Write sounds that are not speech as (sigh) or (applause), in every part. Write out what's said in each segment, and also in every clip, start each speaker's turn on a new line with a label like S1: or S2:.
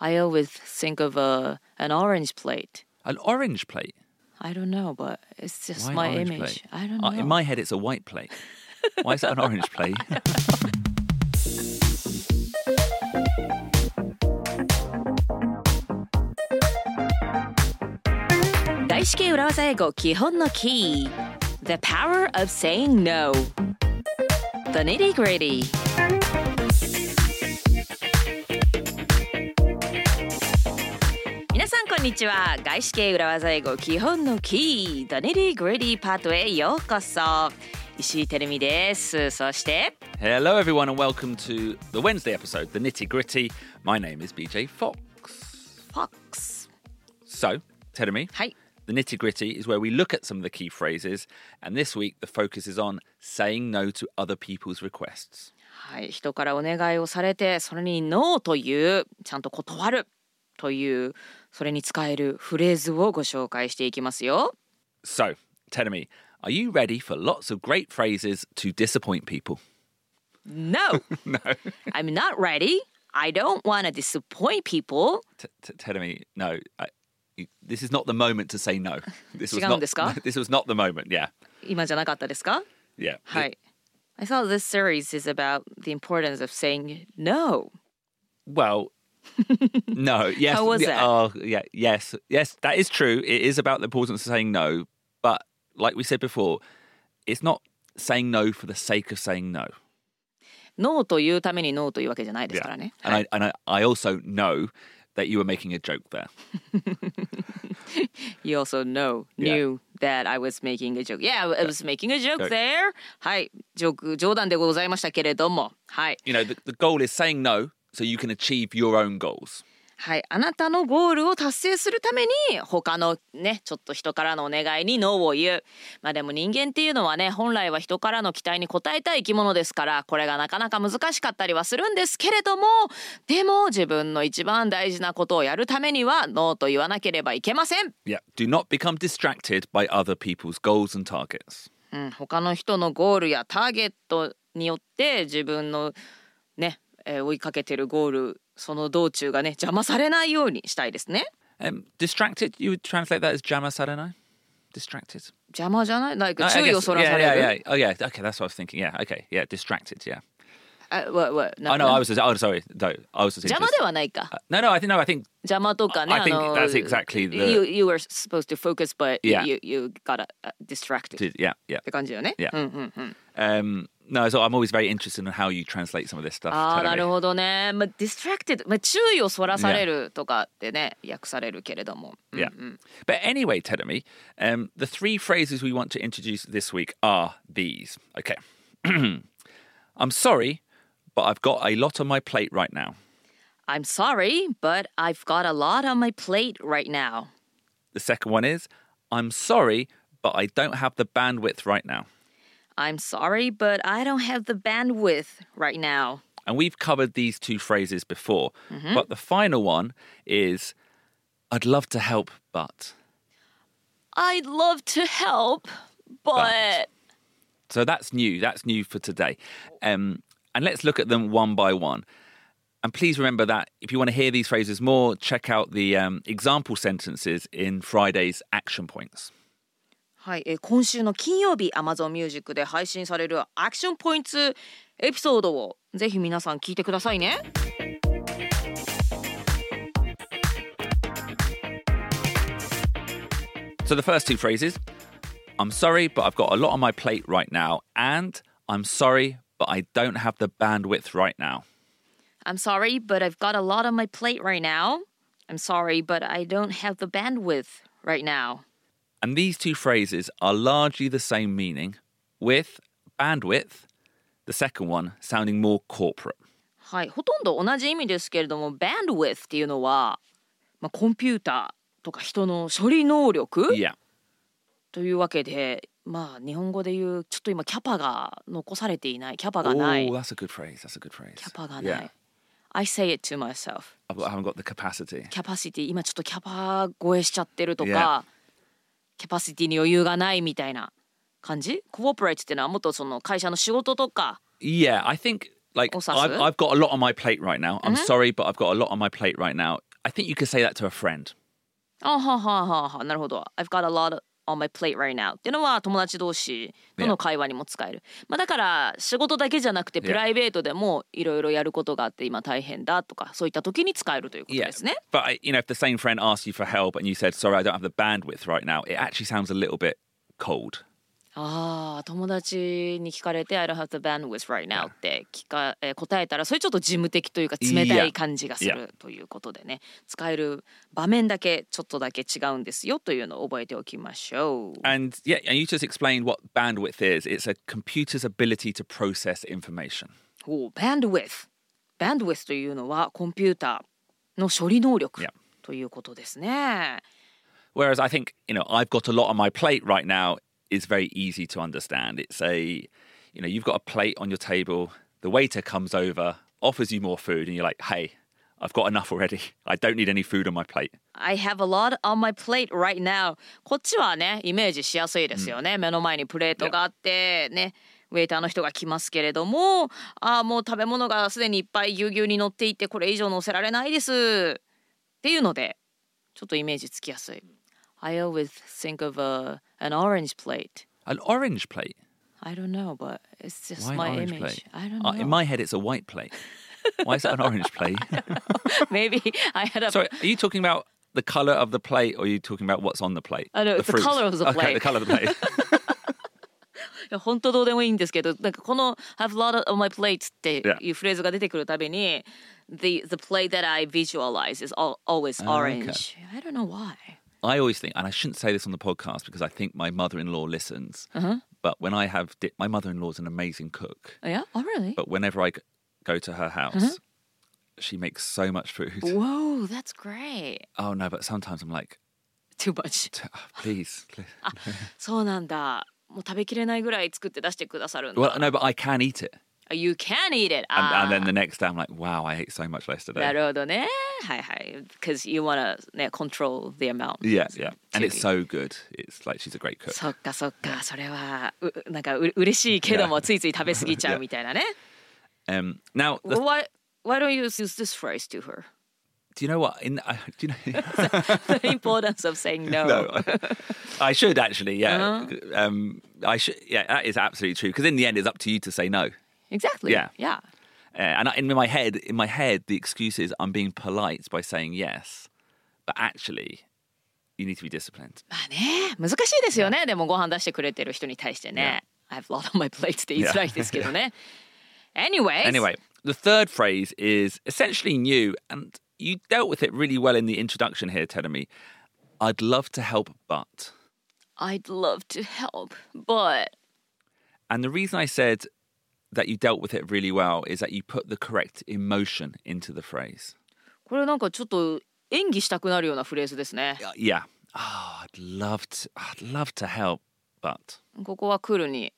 S1: I always think of a an orange plate.
S2: An orange plate.
S1: I don't know, but it's just
S2: Why an
S1: my
S2: orange
S1: image.
S2: plate?
S1: I don't know.
S2: Uh, in my head, it's a white plate. Why is it an orange
S1: (laughs)
S2: plate?
S1: 大至急裏技英語基本のキー The power of saying no The nitty gritty 皆さんこんにちは外資系裏技英語基本のキー The nitty gritty パートへようこそ石井てるみですそして
S2: (laughs) Hello, everyone, and welcome to the Wednesday episode, the nitty gritty. My name is BJ Fox.
S1: FOX
S2: So, Terumi,
S1: はい
S2: the nitty gritty is where we look at some of the key phrases, and this week the focus is on saying no to other people's requests.
S1: はい、人からお願いをされてそれに「ノー」というちゃんと断るというそれに使えるフレーズをご紹介していきますよ。
S2: So, Terumi, are you ready for lots of great phrases to disappoint people?
S1: No!
S2: No.
S1: I'm not ready. I don't want to disappoint people.
S2: T- t- Terumi, no. I, you- this is not the moment to say
S1: (laughs)
S2: no. This was not,
S1: 違うんですか？
S2: (laughs) this was not the moment, yeah.
S1: 今じゃなかったですか
S2: Yeah.
S1: はい。I thought this series is about the importance of saying no. (laughs)
S2: Well, no. Yes.
S1: How was
S2: yeah,
S1: that?
S2: Oh, yeah. Yes. Yes. That is true. It is about the importance of saying no. But like we said before, it's not saying no for the sake of saying no.
S1: ノーというためにノーというわけじゃないですからね。
S2: And I and I, I also know that you were making a joke there.
S1: You also know,
S2: Yeah.
S1: knew that I was making a joke. Yeah, I was making a joke
S2: Joke.
S1: there. はい、ジョーク冗談でございましたけれども、はい。
S2: You know, the, the goal is saying no so you can achieve your own goals.
S1: はい、あなたのゴールを達成するために他のねちょっと人からのお願いにノーを言うまあでも人間っていうのはね本来は人からの期待に応えたい生き物ですからこれがなかなか難しかったりはするんですけれどもでも自分の一番大事なことをやるためにはノーと言わなければいけません、
S2: Yeah. Do not become distracted by other people's goals and targets.
S1: うん、他の人のゴールやターゲットによって自分のね、えー追いかけてるゴールその道中がね邪魔されないようにしたいですね。
S2: Um, distracted. You would translate that as jama saranai. Distracted.
S1: 邪魔じゃない、like,
S2: No, I
S1: 注意を
S2: guess-
S1: そらさ
S2: yeah,
S1: れる。
S2: yeah, yeah. Oh, yeah. Okay, that's what I was thinking. Yeah, okay. Yeah, distracted. Yeah.
S1: あ、わ、わ、な
S2: I know.
S1: な
S2: I was. Just, oh, sorry. No, I was. Just
S1: 邪魔
S2: just-
S1: ではないか。
S2: No, no. I think. No, I think.
S1: 邪魔とかね、
S2: I
S1: あ
S2: think
S1: の。
S2: that's exactly the-
S1: You you were supposed to focus, but
S2: Yeah.
S1: you you got uh, distracted. っ
S2: Did, yeah, yeah.
S1: て感じよね。
S2: Yeah.
S1: うんうんうん。
S2: Um, no, so I'm always very interested in how you translate some of this stuff.
S1: ああ、
S2: Terry.
S1: なるほどね。まあ、distracted、まあ、注意をそらされるとかってね、訳されるけれども。うん
S2: Yeah. But anyway, Tedemi, um, the three phrases we want to introduce this week are these. Okay. (clears throat) I'm sorry, but I've got a lot on my plate right now.
S1: I'm sorry, but I've got a lot on my plate right now.
S2: The second one is I'm sorry, but I don't have the bandwidth right now.
S1: I'm sorry, but I don't have the bandwidth right now.
S2: And we've covered these two phrases before. But the final one is I'd love to help, but.
S1: I'd love to help, but...
S2: So that's new. That's new for today. Um, and let's look at them one by one. And please remember that if you want to hear these phrases more, check out the um, example sentences in Friday's action points.
S1: はい、えー今週の金曜日 Amazon Music で配信されるアクションポイントエピソードをぜひ皆さん聞いてくださいね。
S2: So the first two phrases I'm sorry, but I've got a lot on my plate right now. And I'm sorry, but I don't have the bandwidth right now.
S1: I'm sorry, but I've got a lot on my plate right now. I'm sorry, but I don't have the bandwidth right now.
S2: And these two phrases are largely the same meaning, with bandwidth, the second one, sounding more corporate.
S1: はい、ほとんど同じ意味ですけれども、bandwidth っていうのは、まあ、コンピューターとか人の処理能力
S2: Yeah.
S1: というわけで、まあ日本語で言うちょっと今キャパが残されていない、キャパがない、
S2: Oh,
S1: キ
S2: that's a good phrase. That's a good phrase.
S1: ャパがない。
S2: Yeah.
S1: I say it to myself.
S2: I've got- I haven't got the capacity.
S1: キャパシティ今ちょっとキャパ超えしちゃってるとか、
S2: Yeah.
S1: キャパシティに余裕がないみたいな感じコーポレートっていうのはもっとその会社の仕事とか
S2: Yeah, I think like
S1: Or Sasu.
S2: I've, I've got a lot on my plate right now. I'm sorry, but I've got a lot on my plate right now. I think you could say that to a friend.
S1: あははははなるほど。I've got a lot on my plate right now っていうのは友達同士との会話にも使える。まあだから仕事だけじゃなくて
S2: Yeah.
S1: プライベートでもいろいろやることがあって今大変だとかそういった時に使えるということですね。
S2: But I, you know, if the same friend asked you for help and you said, "Sorry, I don't have the bandwidth right now," it actually sounds a little bit cold.
S1: ああ友達に聞かれて I don't have the bandwidth right now って聞か、えー答えたらそれちょっと事務的というか冷た
S2: Yeah.
S1: い感じがす
S2: Yeah.
S1: るということでね使える場面だけちょっとだけ違うんですよというのを覚えておきましょう。
S2: And yeah, and you just explained what bandwidth is. It's a computer's ability to process information.
S1: おう bandwidth bandwidth というのはコンピューターの処理能力
S2: Yeah.
S1: ということですね。
S2: Whereas I think, you know, I've got a lot on my plate right now is very easy to understand. It's a, you know, you've got a plate on your table, the waiter comes over, offers you more food, and you're like, hey, I've got enough already. I don't need any food on my plate.
S1: I have a lot on my plate right now こっちはねイメージしやすいですよね、目の前にプレートがあってねウェイターの人が来ますけれどもあーもう食べ物がすでにいっぱいぎゅうぎゅうに乗っていてこれ以上乗せられないですっていうのでちょっとイメージつきやすい I always think of a, an orange plate
S2: An orange plate.
S1: I don't know but it's just
S2: Why an
S1: my
S2: orange
S1: image
S2: plate?
S1: I don't
S2: Uh,
S1: know
S2: in my head, it's a white plate. Why is it
S1: (laughs)
S2: an orange plate?
S1: maybe I had a
S2: Sorry, are you talking about the color of the plate, or are you talking about what's on the plate?
S1: Oh, no, it's the
S2: fruit.
S1: colour of the
S2: Okay,
S1: plate.
S2: the color of the
S1: (laughs)
S2: plate.
S1: いや本当どうでもいいんですけどなんかこの「have a lot on my plate」っていうフレーズが出てくるたびに「the, the plate that I visualize is al- always
S2: okay.
S1: orange」I don't know why
S2: I always think, and I shouldn't say this on the podcast because I think my mother-in-law listens.
S1: Uh-huh.
S2: But when I have, di- my mother-in-law is an amazing cook.
S1: Yeah? Oh, really?
S2: But whenever I g- go to her house,
S1: Uh-huh.
S2: she makes so much food.
S1: Whoa, that's great.
S2: Oh no! But sometimes I'm like,
S1: Too much.
S2: "T- oh, please. please."
S1: そうなんだ。もう食べきれないぐらい作って出してくださるんだ。
S2: Well, no, but I can eat it,
S1: you can eat it.
S2: and,
S1: あ
S2: and then the next day I'm like, wow, I ate so much less today.
S1: (laughs) なるほどね。はいはい。Because you wanna ね control the amount.
S2: Yeah, yeah. And
S1: to
S2: it's
S1: eat.
S2: so good. It's like she's a great cook.
S1: そっかそっか。それはうなんかう嬉しいけどもついつい食べ過ぎちゃうみたいなね。
S2: Um, now, the,
S1: why why don't you use this phrase to her? (laughs)
S2: do you know what? In I do you know? (laughs)
S1: The importance of saying no.
S2: no, I should actually. Yeah, um, I should. Yeah, that is absolutely true. Because in the end, it's up to you to say no.
S1: Exactly.
S2: Yeah.
S1: Yeah.
S2: Uh, and I, in my head, in my head, the excuse is I'm being polite by saying yes, but actually, you need to be disciplined.
S1: まあね、難しいですよね。でもご飯出してくれてる人に対してね。I have a lot on my plate って言いづらいですけど
S2: (laughs)
S1: ね。Anyways.
S2: Anyway, the third phrase is essentially new, and you dealt with it really well in the introduction here, telling me, "I'd love to help, but."
S1: I'd love to help, but
S2: And the reason I said that you dealt with it really well is that you put the correct emotion into the phrase.
S1: これなんかちょっと演技したくなるようなフレーズですね。
S2: Uh, Yeah. Oh, I'd love to. I'd love to help, but
S1: ここはクールに。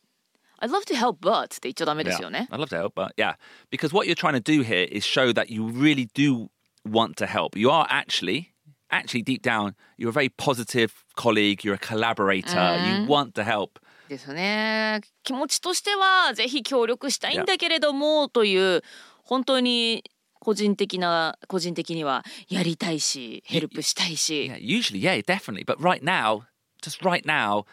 S1: I'd love to help but って言っちゃダメですよね。
S2: I'd love to help, but yeah, because what you're trying to do here is show that you really do want to help. You are actually, actually deep down, you're a very positive colleague. You're a collaborator. You want to help.
S1: ですね気持ちとしてはぜひ協力したいんだけれどもという本当に個人的な個人的にはやりたいしヘルプしたいし
S2: Yeah, usually, yeah, definitely. But right now, just right now,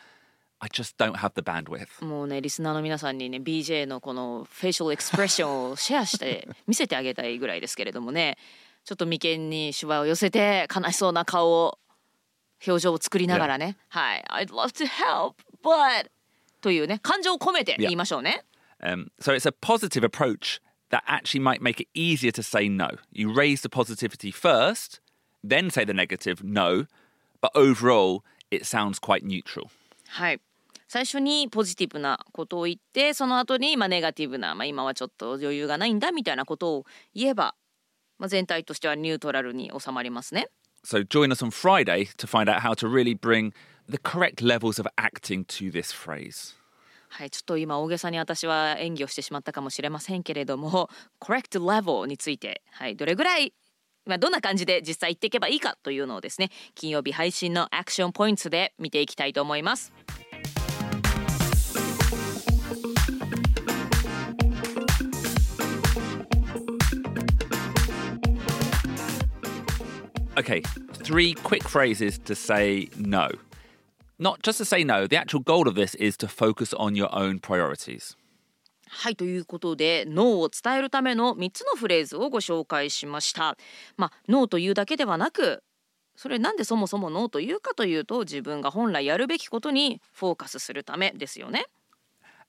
S2: I just don't have the bandwidth.
S1: もうねリスナーの皆さんにね BJ のこのフェイシャルエクスプレッションをシェアして見せてあげたいぐらいですけれどもねちょっと眉間にシワを寄せて悲しそうな顔を表情を作りながらねはい「I'd love to help but」というね感情を込めて言いましょうね。
S2: Um, so it's a positive approach that actually might make it easier to say no. You raise the positivity first, then say the negative no, but overall, it sounds quite neutral.
S1: はい。最初にポジティブなことを言ってその後にまあネガティブな、まあ、今はちょっと余裕がないんだみたいなことを言えば、まあ、全体としてはニュートラルに収まりますね。
S2: So join us on Friday to find out how to really bring the correct levels of acting to this phrase.
S1: はい、ちょっと今大げさに私は演技をしてしまったかもしれませんけれども (laughs) correct level について、はい、どれぐらい、まあ、どんな感じで実際言っていけばいいかというのをですね金曜日配信のアクションポイントで見ていきたいと思います。
S2: Okay, three quick phrases to say no. Not just to say no, the actual goal of this is to focus on your own priorities.
S1: はいということで脳を伝えるための3つのフレーズをご紹介しました。まあ、脳というだけではなくそれなんでそもそも脳というかというと自分が本来やるべきことにフォーカスするためですよね。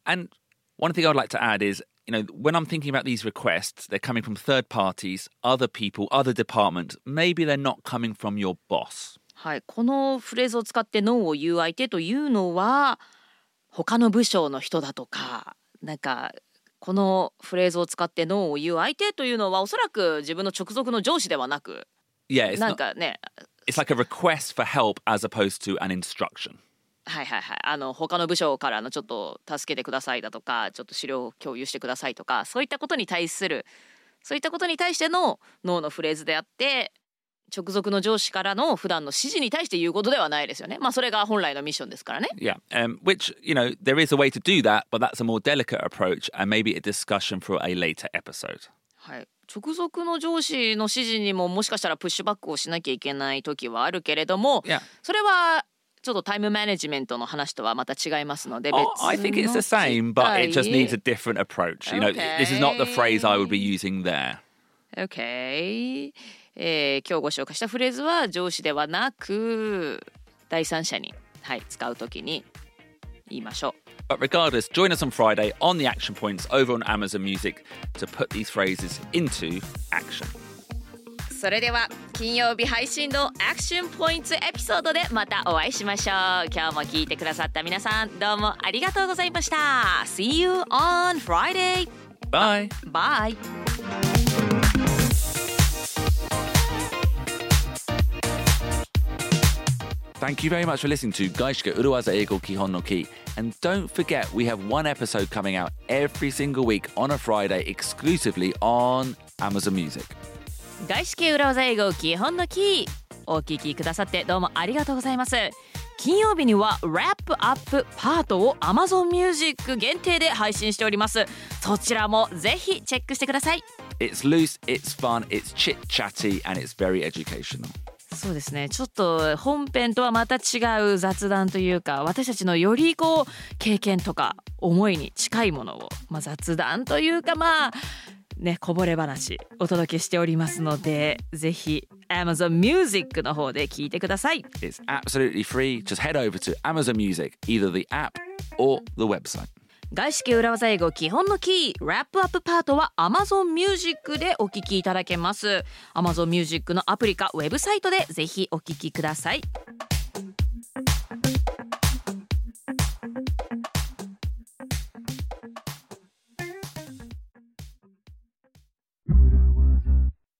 S2: And one thing I'd like to add is, you know, when I'm thinking about these requests, they're coming from third parties, other people, other departments. Maybe they're not coming from your boss.
S1: はい、このフレーズを使って脳を言う相手というのは他の部署の人だとかなんかこのフレーズを使って脳を言う相手というのはおそらく自分の直属の上司ではなく
S2: Yeah, it's
S1: なん
S2: not,
S1: かね
S2: it's like a request for help as opposed to an instruction.
S1: はいはいはいあの他の部署からのちょっと助けてくださいだとかちょっと資料を共有してくださいとかそういったことに対するそういったことに対しての脳のフレーズであって直属の上司からの普段の指示に対して言うことではないですよねまあそれが本来のミッションですからね
S2: Yeah, um, which, you know, there is a way to do that, but that's a more delicate approach and maybe a discussion for a later episode.
S1: はい、直属の上司の指示にももしかしたらプッシュバックをしなきゃいけない時はあるけれども、
S2: Yeah.
S1: それはちょっとタイムマネジメントの話とはまた違いますので別
S2: Oh, I think it's the same, but it just needs a different approach. You know, this is not the phrase I would be using there.
S1: OK、えー今日ご紹介したフレーズは上司ではなく第三者に、はい、使う時に言いましょう。
S2: But regardless, join us on Friday on the Action Points over on Amazon Music to put these phrases into action.
S1: それでは金曜日配信のアクションポイントエピソードでまたお会いしましょう今日も聞いてくださった皆さんどうもありがとうございました See you on Friday
S2: Bye.
S1: Bye
S2: Thank you very much for listening to Gaishika Uruwaza Ego Kihon no Ki. And don't forget, we have one episode coming out every single week on a Friday exclusively on Amazon Music.
S1: 外資系裏技英語基本のキーお聞きくださってどうもありがとうございます金曜日にはラップアップパートを Amazon Music 限定で配信しておりますそちらもぜひチェックしてください
S2: It's loose, it's fun, it's chit chatty, and it's very educational.
S1: そうですねちょっと本編とはまた違う雑談というか私たちのよりこう経験とか思いに近いものを、まあ、雑談というかまあねこぼれ話お届けしておりますのでぜひ Amazon Music の方で聞いてください
S2: It's absolutely free. Just head over to Amazon Music, either the app or the website.
S1: 外資系裏技英語基本のキーラップアップパートは Amazon Music でお聞きいただけます Amazon Music のアプリかウェブサイトでぜひお聞きください